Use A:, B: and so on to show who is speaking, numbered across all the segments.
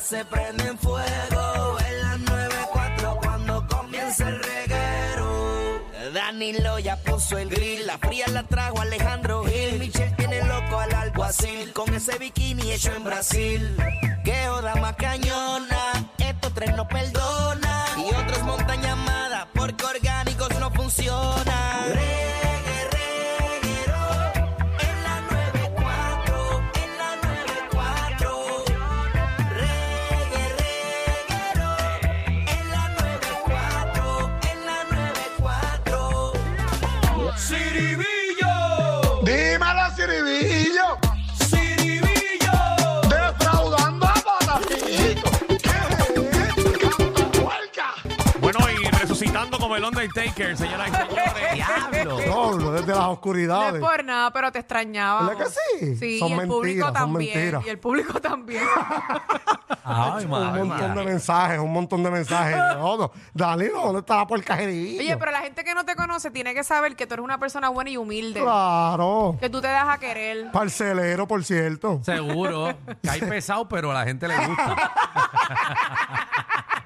A: se prende en fuego. En las 9-4 cuando comienza el reguero. Danilo ya puso el grill, la fría la trajo Alejandro Gil. Michelle tiene loco al alguacil con ese bikini hecho en Brasil. Qué joda más cañona, estos tres no perdonan. Y otros montan llamada porque orgánicos no funcionan. Reggae, reguero, en la 94, en la 94. Reggae, reguero, en la 94, en la 94.
B: Siribillo,
C: Dímelo, Ciribillo,
B: Siribillo,
C: defraudando a Patacito. ¿Qué es? ¡Canta puerca!
D: Bueno, y resucitando como el Undertaker, señoras y señores. ¡Diablo!
C: Diablo, desde las
E: No es
C: oscuridades.
E: por nada, pero te extrañaba.
C: ¿Verdad que sí?
E: Sí,
C: Son
E: y el público
C: mentiras, son
E: también.
C: mentiras.
E: Y el público también.
D: ¡Ay,
C: Un
D: madre
C: montón de
D: mía!
C: mensajes, un montón de mensajes. No, no. Danilo, ¿dónde está la puerca Ciribillo?
E: Oye, pero la gente que no te conoce tiene que saber que tú eres una persona buena y humilde.
C: Claro.
E: Que tú te das a querer.
C: Parcelero, por cierto.
F: Seguro. Que hay pesado, pero a la gente le gusta.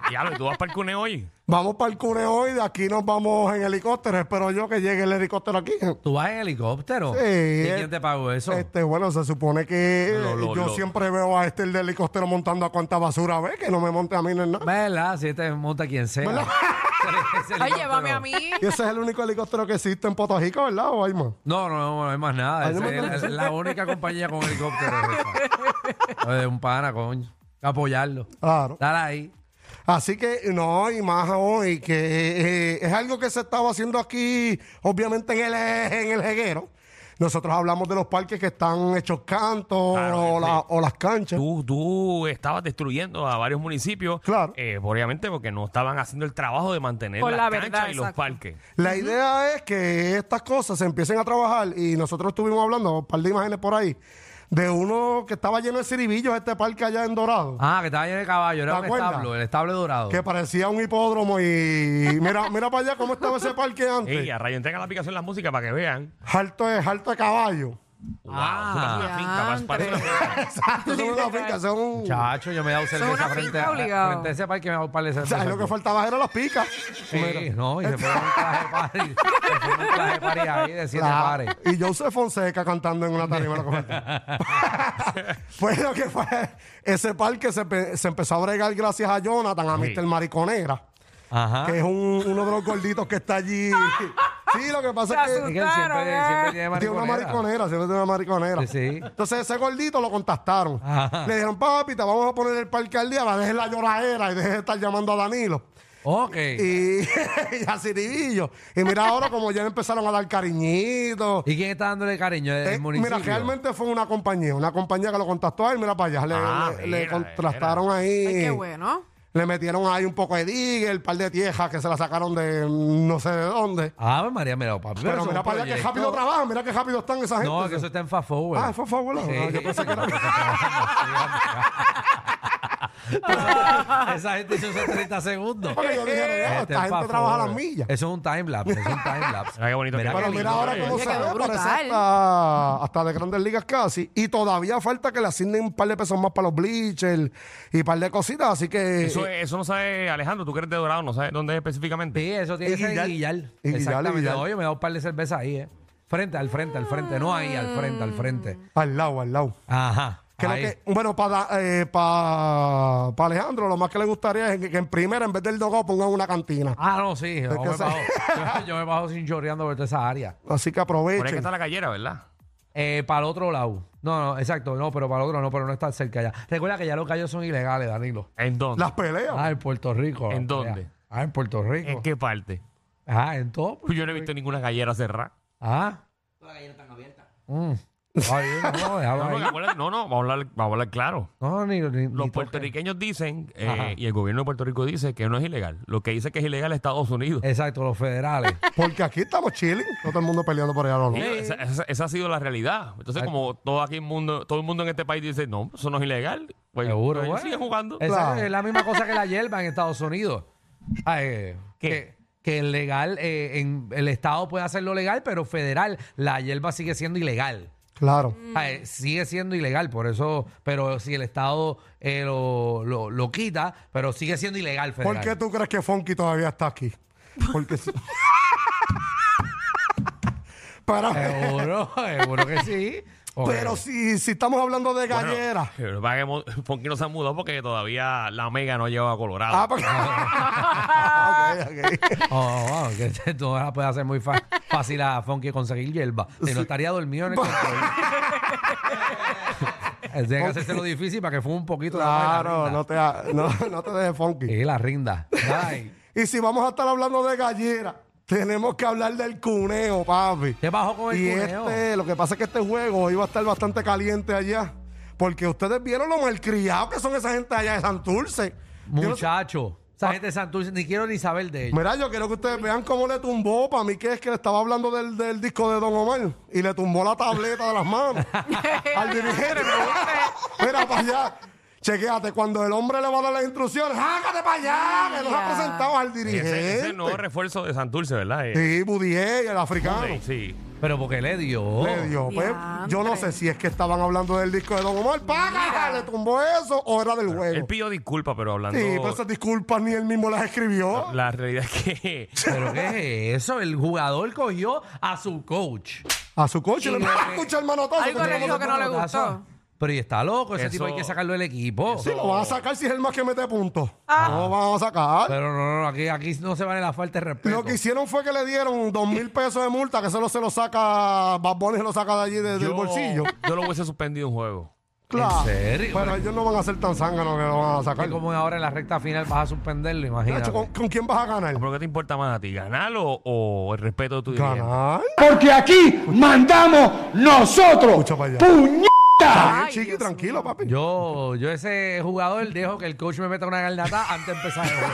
D: Diablo, ¿y tú vas para el cune hoy?
C: Vamos para el cure hoy, de aquí nos vamos en helicóptero. Espero yo que llegue el helicóptero aquí.
F: ¿Tú vas en helicóptero?
C: Sí,
F: ¿Y
C: eh,
F: quién te pagó eso?
C: Este, bueno, se supone que
F: Lo- lo-
C: yo
F: lo-
C: siempre veo a este el de helicóptero montando a cuánta basura ve, que no me monte a mí ni en nada.
F: ¿Verdad? Si te monta quien sea. Ese
E: Ay,
F: helicóptero.
E: llévame a mí.
C: Y ese es el único helicóptero que existe en Puerto Rico, ¿verdad? ¿O hay más?
F: No, no, no, no hay más nada.
C: Ay, no
F: Ese
C: me
F: es, la única compañía con helicóptero. es esa. Eh, un pana, coño. Apoyarlo.
C: Claro.
F: Estar ahí.
C: Así que, no, y más hoy, que eh, es algo que se estaba haciendo aquí, obviamente en el, en el jeguero. Nosotros hablamos de los parques que están hechos cantos
D: Claro,
C: o, la- o las canchas.
D: Tú, tú estabas destruyendo a varios municipios.
C: Claro.
D: eh, obviamente porque no estaban haciendo el trabajo de mantener
E: Por
D: las
E: la verdad,
D: canchas y los
E: exacto.
D: parques.
C: La idea es que estas cosas se empiecen a trabajar y nosotros estuvimos hablando, un par de imágenes por ahí, de uno que estaba lleno de ciribillos, este parque allá en Dorado.
F: Ah, que estaba lleno de caballo.
C: ¿Te
F: Era un
C: acuerdas?
F: establo, el establo dorado.
C: Que parecía un hipódromo y mira, mira para allá cómo estaba ese parque
D: Ey,
C: antes.
D: a Rayo, entrega la aplicación la música para que vean.
C: Harto de, harto de caballo.
D: Wow, eso parece una finca, parece- parece una-
F: Ah,
C: Eso es una finca, eso es un-
F: Chacho, yo me he dado
E: es
F: cerveza
E: una
F: frente
E: finca
F: a,
E: obligado.
F: frente a ese parque. Me he dado par de
C: O sea,
F: cerveza.
C: lo que faltaba eran las picas.
F: Sí, no, y se fue un traje party. Se fue un traje party ahí de siete
C: Claro.
F: pares.
C: Y Joseph Fonseca cantando en una tarima. lo que faltaba. fue lo que fue. Ese parque se, empe- se empezó a bregar gracias a Jonathan, a
D: Sí.
C: Mr. Mariconera,
E: Ah.
F: Ajá.
C: que es un- uno de los gorditos que está allí. sí, lo que pasa es
E: Se
F: Y
C: que
F: que él siempre,
E: Claro,
F: siempre
E: eh.
F: tiene
C: tiene una
F: mariconera.
C: mariconera, siempre tiene una mariconera.
F: Sí, sí.
C: Entonces ese gordito lo contactaron.
F: Ajá.
C: Le dijeron, papi, te vamos a poner el parque al día, dejes la lloradera y dejes de estar llamando a Danilo.
F: Ok.
C: y, y a Ciribillo. Y mira ahora como ya le empezaron a dar cariñitos.
F: ¿Y quién está dándole cariño? ¿El
C: Eh,
F: municipio?
C: mira, realmente fue una compañía, una compañía que lo contactó a él, mira para allá, le,
D: Ah,
C: le-
D: mira,
C: le contrastaron ahí,
E: Ay, qué bueno.
C: le metieron ahí un poco de digue, el par de tiejas que se la sacaron de no sé de dónde.
F: Ah, María, mira, papi.
C: Pero
F: eso es
C: mira
F: un
C: para allá que
F: proyecto.
C: rápido trabajan, mira que rápido están esa gente.
F: No, que eso está en Fast Forward.
C: Ah, fue fabuloso.
F: Sí.
C: Ah, yo pensé que era-
F: Esa gente hizo esos 30 segundos.
C: Porque yo dije, "No,
F: Está
C: esta
F: en
C: gente
F: Fast
C: trabaja
F: Forward".
C: las millas".
F: Eso es un timelapse. Es un timelapse.
D: Mira qué bonito que
C: Pero mira
D: qué lindo,
C: ahora
D: eh.
C: cómo se
E: Oye, quedó
C: ve, parece
E: brutal.
C: hasta, hasta de grandes ligas casi. Y todavía falta que le asignen un par de pesos más para los bleachers y un par de cositas. Así que. eh,
D: Eso, es- eso no sabe Alejandro, tú que eres de Dorado, no sabes dónde es específicamente.
F: Sí, eso tiene
C: Y
F: que ser en
C: Guillal.
F: Guillal.
C: Y Guillal, y
F: Exactamente.
C: Guillal.
F: Oye, me da un par de cervezas ahí, ¿eh? Frente, al frente, al frente. No ahí, al frente, al frente.
C: Al lado, al lado.
F: Ajá.
C: Que lo
F: ahí.
C: que- bueno, para eh, pa- pa Alejandro, lo más que le gustaría es que, que en primera, en vez del dogado, pongan una cantina.
F: Ah, no, sí. Yo
C: que
F: me,
C: esa-
F: bajo, yo, yo me bajo sin chorreando por toda esa área.
C: Así que
D: Por ahí que
C: aprovechen.
D: está la callera, ¿verdad?
F: Eh, para el otro lado. No, no, exacto. No, pero para el otro no, pero no está cerca ya. Recuerda que ya los callos son ilegales, Danilo.
D: ¿En dónde?
C: Las peleas.
F: Ah, en Puerto Rico.
D: ¿En
F: o sea.
D: dónde?
F: Ah, en Puerto Rico.
D: ¿En qué parte?
F: Ah, en todo.
D: Pues yo no he visto ninguna gallera cerrada.
F: Ah. Todas las galletas están abiertas. Mm. Ay, no, déjalo
D: No, no,
F: ahí.
D: acuérdate- no, no, vamos a hablar, vamos a hablar claro.
F: No, ni, ni- ni
D: Los
F: toque.
D: puertorriqueños dicen, eh,
F: Ajá.
D: y el gobierno de Puerto Rico dice que no es ilegal. Lo que dice que es ilegal es Estados Unidos.
F: Exacto, los federales.
C: Porque aquí estamos chilling. No todo el mundo peleando por allá. No, no.
D: Y Esa, esa- esa ha sido la realidad. Entonces,
F: Ay.
D: como todo aquí el mundo, todo el mundo en este país dice, no, eso no es ilegal. Pues,
F: Seguro, Eh,
D: ellos
F: güey.
D: siguen jugando.
F: Esa
C: Claro.
F: es la misma cosa que la hierba en Estados Unidos. Ah, eh,
D: ¿Qué?
F: Que, que el legal, eh, en, el Estado puede hacerlo legal, pero federal, la hierba sigue siendo ilegal.
C: Claro.
F: Ah, eh, sigue siendo ilegal, por eso, pero si el Estado eh, lo, lo- lo quita, pero sigue siendo ilegal,
C: ¿Por
F: federal.
C: qué tú crees que Funky todavía está aquí? Porque si- Para-
F: Seguro, seguro que sí. Eh, oh, Ok.
C: pero si, si estamos hablando de gallera.
D: Pero para que Mon- Fonky no se ha mudado porque todavía la mega no lleva a Colorado.
C: Ah, porque- Ah, ok, ok.
F: Oh, wow, que te- tú ahora puedes hacer muy fa- fácil a Funky conseguir hierba. Si no estaría dormido en el
C: Pues-
F: control. Tiene que hacerse lo difícil para que fume un poquito.
C: Pues- Claro,
F: no.
C: no te, ha- no, no te dejes Funky.
F: Sí, la rinda. Ay.
C: Y si vamos a estar hablando de gallera, tenemos que hablar del cuneo, papi.
F: ¿Qué pasó con el
C: y
F: cuneo?
C: este, lo que pasa es que este juego iba a estar bastante caliente allá. Porque ustedes vieron lo malcriados que son esa gente allá de Santurce. Yo Ah. no sé-
F: Muchacho. Esa gente de Santurce, ni quiero ni saber de ellos.
C: Mira, yo quiero que ustedes vean cómo le tumbó. Para mí, que es que le estaba hablando del, del disco de Don Omar y le tumbó la tableta de las manos al dirigente. Mira, para allá. Chequéate, cuando el hombre le va a dar las instrucciones, ¡hágate para allá! Que nos ha presentado al
D: ese, ese
C: dirigente.
D: nuevo refuerzo de Santurce, ¿verdad? Eh,
C: Sí, Budier, el africano.
D: sí. Oh.
F: Pero porque le dio.
C: Le dio, pues,
E: Diantre.
C: yo no sé si es que estaban hablando del disco de Don Omar. ¡Paga! Le tumbó eso o era del
D: Él
C: juego.
D: pidió disculpas, pero hablando.
C: Sí, pero esas disculpas ni él mismo las escribió.
D: La realidad es que.
F: ¿Pero qué es eso? El jugador cogió a su coach.
C: A su coche le
F: le-
C: escucha el manotazo.
E: Algo
C: que
E: le
C: te
E: dijo
C: vamos
E: que
C: a-
E: no le
F: Pelotazo.
E: gustó.
F: Pero y está loco, ese
D: Eso-
F: tipo hay que sacarlo del equipo.
C: Sí, lo van a sacar si es el más que mete puntos. No lo van a sacar.
F: Pero no, no, aquí, aquí no se vale la falta de respeto.
C: Lo que hicieron fue que le dieron dos mil pesos de multa, que solo se lo saca, Bad Bunny se lo saca de allí de- del
D: yo-
C: bolsillo.
D: Yo lo hubiese suspendido un juego.
C: Claro.
F: serio?
C: Pero ellos no van a ser tan zánganos que lo van a
F: Que
C: sacar.
F: como ahora en la recta final vas a suspenderlo, imagínate.
C: Nacho, ¿con, con quién vas a ganar?
D: ¿Pero qué te importa más a ti? ¿Ganar o, o el respeto de tu dirigente?
C: Ganar.
G: Porque aquí mandamos nosotros.
C: Escucha para allá.
G: ¡Puñeta!
C: Está bien,
E: Ay,
C: chiqui,
E: Dios
C: tranquilo, papi.
F: Yo, yo ese jugador dejo que el coach me meta una garnata antes de empezar el juego.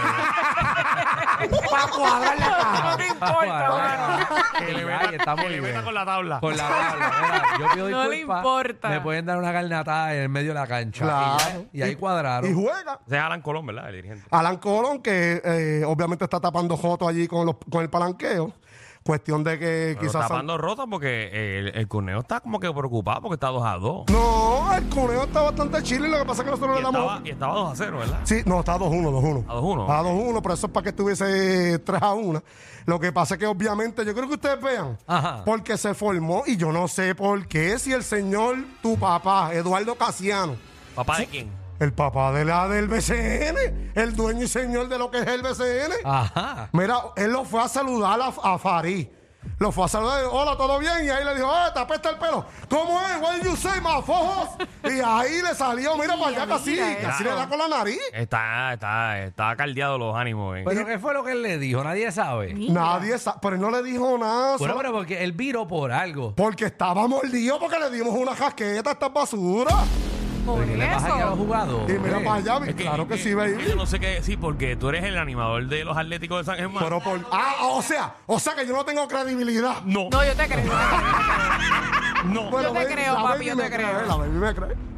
C: Para cuadrar la
E: No
C: cara.
E: te importa, mano.
F: Que le meta- estamos
D: que le
F: bien.
D: meta con la tabla.
F: Con la tabla, mira, yo pido
E: No le
F: disculpas,
E: importa.
F: Me pueden dar una garnatada en el medio de la cancha.
C: Claro.
F: Y, ya- y ahí
C: Y
F: cuadraron.
C: juega.
D: Se jalan Colón, ¿verdad? El dirigente.
C: Alan Colón, que eh, obviamente está tapando Joto allí con, los- con el palanqueo. Cuestión de que
D: Pero
C: quizás.
D: tapando rota porque el, el Cuneo está como que preocupado porque está 2 a 2.
C: No, el cuneo está bastante chile. Lo que pasa es que nosotros
D: Y
C: le damos.
D: estaba, y estaba 2 a 0, ¿verdad?
C: Sí, no, está 2-1, 2-1.
D: A 2-1.
C: A 2-1, pero eso es para que estuviese 3 a 1. Lo que pasa es que obviamente, yo creo que ustedes vean,
F: Ajá.
C: porque se formó y yo no sé por qué, si el señor, tu papá, Eduardo Casiano,
D: ¿Papá de quién?
C: el papá de la del BCN, el dueño y señor de lo que es el BCN,
F: Ajá.
C: mira, él lo fue a saludar a, a Farí. Lo fue a saludar, hola, ¿todo bien? Y ahí le dijo, ah, te apesta el pelo. ¿Cómo es? What you say, mafojos? Y ahí le salió, mira, para allá casi, casi le da con la nariz.
D: Está, está, está caldeado los ánimos. ¿eh?
F: Pero ¿qué fue lo que él le dijo? Nadie sabe.
C: Nadie sabe, pero él no le dijo nada.
F: Bueno,
C: solo-
F: pero porque él viró por algo.
C: Porque estaba mordido porque le dimos una casqueta a estas basuras.
E: Por
F: ¿Qué le pasa aquí a los
E: eso.
C: Y
F: jugadores?
C: mira para allá,
D: Es
C: claro que
D: es
C: sí,
D: Yo
C: baby.
D: no sé qué decir porque tú eres el animador de los Atléticos de San Germán.
C: Pero por. Ah, o sea, o sea que yo no tengo credibilidad.
D: no,
E: No, yo te creo.
D: no.
C: Bueno,
E: te
C: baby,
E: creo,
C: la
E: papi,
C: baby
E: yo
C: me
E: te
C: cree,
E: creo. Ah,
C: La baby me cree.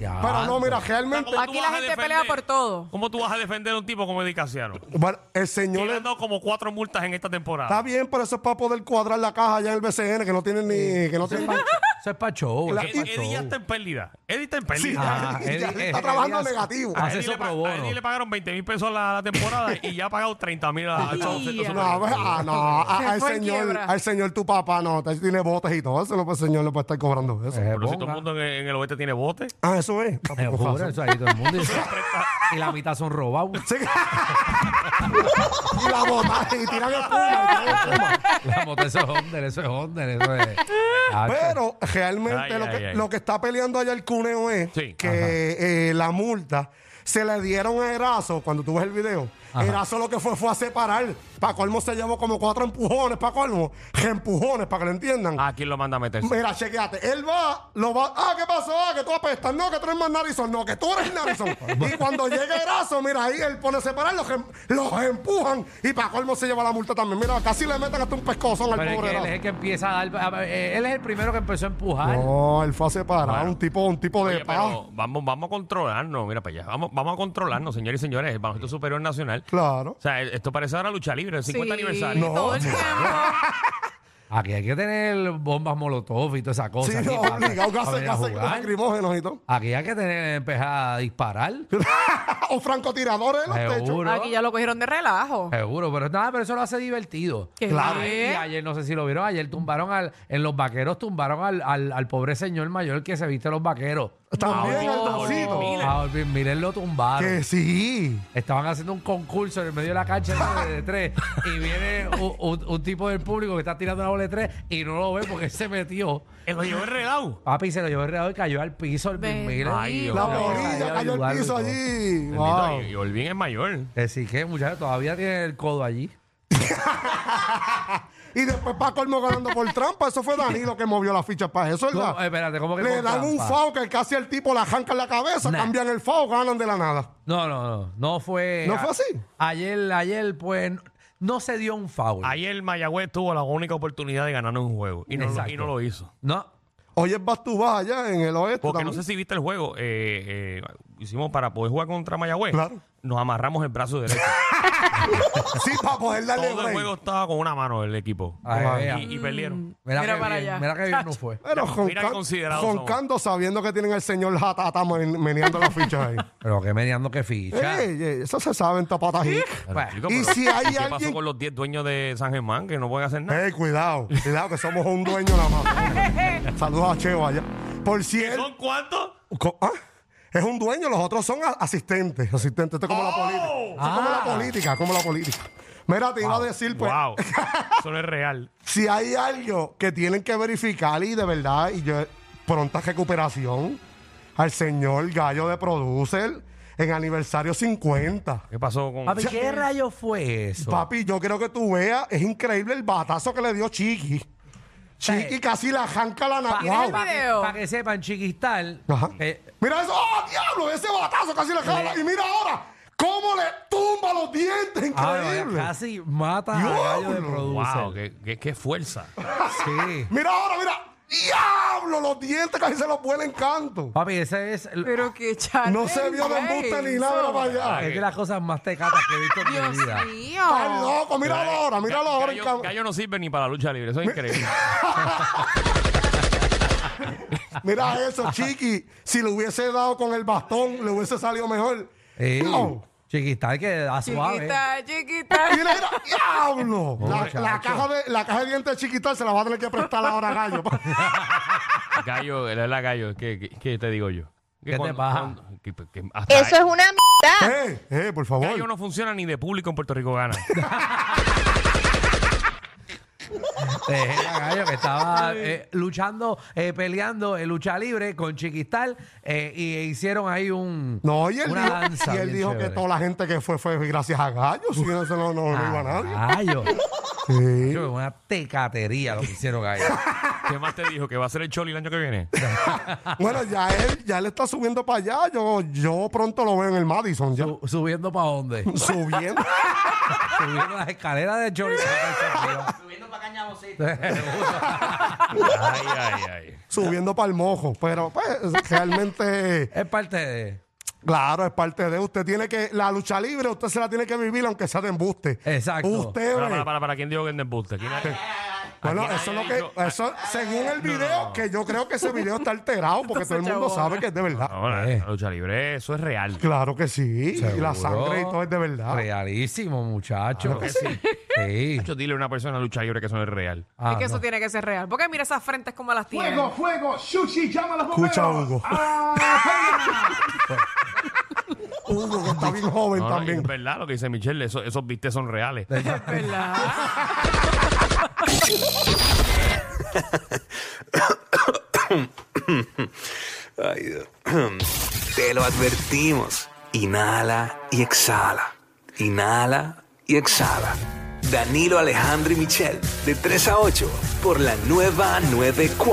F: Ya.
C: Pero no, mira, realmente.
D: ¿Cómo tú
E: Aquí la
D: vas a
E: gente
D: defender-
E: pelea por todo.
D: ¿Cómo tú vas a defender a un tipo como Eddie Casiano?
C: Bueno, el señor
D: Yo le he
C: le.
D: dado como cuatro multas en esta temporada.
F: Ah.
C: Está bien, pero eso es para poder cuadrar la caja allá en el BCN, que no tienen ni. Que no tienen
F: Eso es para show.
C: La-
F: eso es pa'
D: Ed- Eddie ya
F: show.
D: está en pérdida. Eddie está en pérdida.
C: Sí,
F: Ah,
C: ya- ya
F: Eddie-
C: está
F: Eddie
C: trabajando
F: hace-
C: negativo.
D: A Eddie
F: Hace Ah, eso
D: le pa-
F: pro
D: a Eddie le
F: bono.
D: pagaron 20 mil pesos la, la temporada y ya ha pagado 30 mil a, a Chauncey.
E: Ya.
D: Entonces,
C: No, a ver, ah, no, a-
E: Se
C: al
E: fue en
C: señor,
E: quiebra.
C: al señor tu papá, no, te- tiene botes y todo eso, no, pues el señor no puede estar cobrando eso.
F: Eh,
D: Pero si todo el
F: ponga.
D: mundo en, en el oeste tiene bote.
C: Ah, eso es. Ah,
F: Eh,
C: pues,
F: pobre,
C: razón.
F: eso ahí todo el mundo. Y, y la mitad son robados.
C: Sí. y la botaste y tiran espuma, y tiran espuma.
F: La moto, eso es Honda, eso es Honda, eso es. Ah,
C: Pero realmente
D: Ay,
C: lo,
D: ay,
C: que,
D: ay.
C: lo que está peleando allá el Cuneo es
D: Sí.
C: que eh, la multa se le dieron a Erazo cuando tú ves el video. Erazo lo que fue fue a separar. Para colmo se llevó como cuatro empujones, para colmo. Empujones, para que lo entiendan.
F: Ah.
D: ¿A quién lo manda a meterse?
C: Mira, chequeate. Él va, lo va. Ah, ¿qué pasó? Ah, que tú apestas. No, que tú eres más narizón. No, que tú eres narizón. y cuando llega Erazo, mira, ahí él pone a separar, los, em- los empujan. Y para colmo se lleva la multa también. Mira, casi le meten hasta un pescozón al
F: Pero es
C: pobre
F: que él es
C: Erazo.
F: el que empieza a dar. a- eh, Él es el primero que empezó a empujar.
C: No, él fue a separar.
D: Bueno.
C: Un tipo, un tipo de
D: Oye,
C: paz.
D: pero vamos, vamos a controlarnos, mira para allá. Vamos, vamos a controlarnos, señores y señores. El Baloncesto Superior Nacional. e-,
C: Claro.
D: O sea, esto parece ahora lucha libre, el 50
E: Sí,
D: aniversario.
E: Todo el tiempo.
F: Aquí hay que tener bombas molotov y toda esa cosa.
C: Sí,
F: aquí,
C: no,
F: para-
C: obligado,
F: para
C: gases,
F: venir a
C: gases
F: jugar.
C: lacrimógenos y todo.
F: Aquí hay que tener, empezar a disparar.
C: o francotiradores en los techos.
F: Seguro.
E: Aquí ya lo cogieron de relajo.
C: Eh,
F: Seguro, pero nada, pero eso lo hace divertido.
E: ¿Qué?
F: Claro. Y ayer, no sé si lo vieron, ayer tumbaron al, en los vaqueros, tumbaron al, al, al pobre señor mayor que se viste los vaqueros.
C: También el tacito.
F: A Orvin Miller lo tumbaron.
C: Que sí.
F: Estaban haciendo un concurso en el medio de la cancha de, de tres y viene un, un- un tipo del público que está tirando la bola de tres y no lo ve porque se metió.
D: Él lo llevó enredado.
F: Papi se lo llevó alrededor y cayó al piso el
E: Bendito.
F: Miller.
D: Ay, Dios.
C: La
D: Pero
C: polilla
F: Salió a
C: cayó al
F: ayudarlo
C: piso
F: y todo.
C: allí.
D: Bendito,
C: Wow.
D: y- Y Olvin es mayor.
F: Así que, muchachos, todavía tiene el codo allí.
C: Y después Paco Olmo ganando por trampa. Eso fue Danilo que movió la ficha para eso,
F: ¿Cómo? Eh,
C: ¿verdad?
F: espérate, ¿cómo que
C: Le
F: con
C: dan un
F: trampa?
C: FAO que casi al tipo la arrancan la cabeza,
F: Nah.
C: cambian el FAO, ganan de la nada.
F: No, no, no. No fue.
C: ¿No fue así?
F: Ayer, ayer, pues, no se dio un foul.
D: Ayer Mayagüez tuvo la única oportunidad de ganar un juego y no, lo, y
F: Exacto.
D: no lo hizo.
F: No.
C: Oye, vas tú vas allá en el oeste.
D: Porque no
C: también.
D: sé si viste el juego, eh, eh, hicimos para poder jugar contra Mayagüez.
C: Claro.
D: Nos amarramos el brazo derecho.
C: Sí, para poder darle
D: Todo el
C: break.
D: juego estaba con una mano el equipo.
F: Ay,
D: Y-
F: vea.
D: y,
H: Mm.
D: perdieron.
F: Mira,
E: Mira
F: que
E: para
F: bien,
E: allá.
F: mira que bien no fue.
C: Pero
D: Mira qué
C: joncan-
D: considerados somos.
C: joncando sabiendo que tienen el señor Jatata men- meneando las fichas ahí.
F: Pero que meneando que ficha.
C: Ey, ey, eso se sabe en tapatají.
F: Bueno,
D: Chico,
C: y
D: pero,
C: si hay
D: ¿Qué
C: alguien-
D: pasó con los 10 dueños de San Germán que no pueden hacer nada?
C: Ey, cuidado, cuidado que somos un dueño nada más. Saludos a Cheo allá. Por cierto,
D: ¿Son cuántos?
C: co- ah, es un dueño, los otros son a- asistentes. Asistentes, esto es como
D: ¡Oh!
C: la política. Esto es como la política, como la política. Mira, te iba a decir, pues,
D: Ah. Wow. Eso no es real.
C: si hay algo que tienen que verificar y de verdad, y yo, pronta recuperación al señor Gallo de Producer en aniversario 50.
D: ¿Qué pasó con.?
F: Papi, ¿qué rayo fue eso?
C: Papi, yo creo que tú veas, es increíble el batazo que le dio Chiqui. Chiqui
F: Sí.
C: casi la arranca la nariz.
E: ¿Tienes el video?
F: Para que sepan, Chiquistal.
C: Ajá.
F: eh,
C: Mira eso, ¡oh, diablo! Ese batazo casi le jala. Y mira ahora, cómo le tumba los dientes,
F: ah, vaya,
C: increíble.
F: casi mata a
C: Diablo.
F: Gallo de Producer.
D: wow, qué, qué- qué fuerza.
F: Sí.
C: Mira ahora, mira, ¡diablo! Los dientes casi se los vuela en canto.
F: Papi, ese es, el-
E: Pero qué charla.
C: No se vio de embuste ni nada mira para allá.
F: es de las cosas más tecatas que he visto en mi vida.
E: Dios mío.
C: Está loco, míralo ahora, míralo ahora en
D: Gallo,
C: cámara.
D: Gallo no sirve ni para la lucha libre. Eso es increíble.
C: Mira eso, Chiqui. Si le hubiese dado con el bastón, le hubiese salido mejor.
F: Ey,
C: No.
F: Chiquistal que da suave.
E: Chiquita, chiquita.
C: Mira, mira, diablo. La,
F: Muchacho.
C: la caja de, la caja de dientes chiquita se la va a tener que prestar ahora a Gallo.
D: Gallo, él es la gallo. ¿Qué, qué- qué te digo yo? Que
F: ¿Qué te pasa?
D: que- que pues, hasta
H: Eso es una mierda.
C: eh, eh, por favor.
D: Gallo no funciona ni de público en Puerto Rico gana.
F: Eh, era Gallo que estaba eh, luchando, eh, peleando en lucha libre con Chiquistal eh, y hicieron ahí un,
C: No, y él
F: una
C: dijo,
F: danza.
C: y él
F: bien
C: dijo que
F: chévere.
C: toda la gente que fue fue gracias a Gallo. Si no, eso no, no lo iba a
F: Ah,
C: nadie.
F: Gallo.
C: Sí.
F: Yo, Una tecatería lo que hicieron Gallo.
D: ¿Qué más te dijo? ¿Que va a ser el Choli el año que viene?
C: Bueno, ya él, ya él está subiendo para allá. Yo, yo pronto lo veo en el Madison. Ya.
F: Su- ¿Subiendo para dónde?
C: Subiendo.
F: Subiendo las escaleras de Choli. Subiendo para Cañabocito.
D: ay, ay, ay.
C: subiendo para el mojo. Pero pues realmente,
F: es parte de...
C: claro, es parte de usted. Tiene que, la lucha libre, usted se la tiene que vivir aunque sea de embuste.
F: Exacto.
C: Usted. eh,
D: Para, para, para, para. ¿Quién dijo que es de embuste? ¿Quién ha-
C: Bueno,
D: Aquí Ah,
C: eso es lo
D: nadie ha dicho-
C: que, eso, según el video, que yo creo que ese video está alterado porque todo el mundo
E: chabón.
C: sabe que es de verdad.
D: No, la,
F: Eh.
D: la lucha libre, eso es real.
C: Claro que sí. Y la
F: Seguro.
C: sangre y todo es de verdad.
F: Realísimo,
D: Claro
F: muchacho.
D: que sí.
F: Sí.
D: Yo dile a una persona lucha libre que eso no es real.
F: Ah,
E: es que eso
F: no.
E: tiene que ser real. Porque mira esas frentes como las tiene.
G: Fuego, fuego, sushi, llama a los bomberos.
C: Escucha, Hugo.
D: Ah.
C: Hugo, que está bien joven
D: No, no, y
C: también.
D: es verdad lo que dice Michelle, eso- esos vistes son reales.
E: ¿Verdad?
I: Ay, Dios. Te lo advertimos. Inhala y exhala. Inhala y exhala. Danilo Alejandro y Michel, de 3 a 8, por la nueva 94.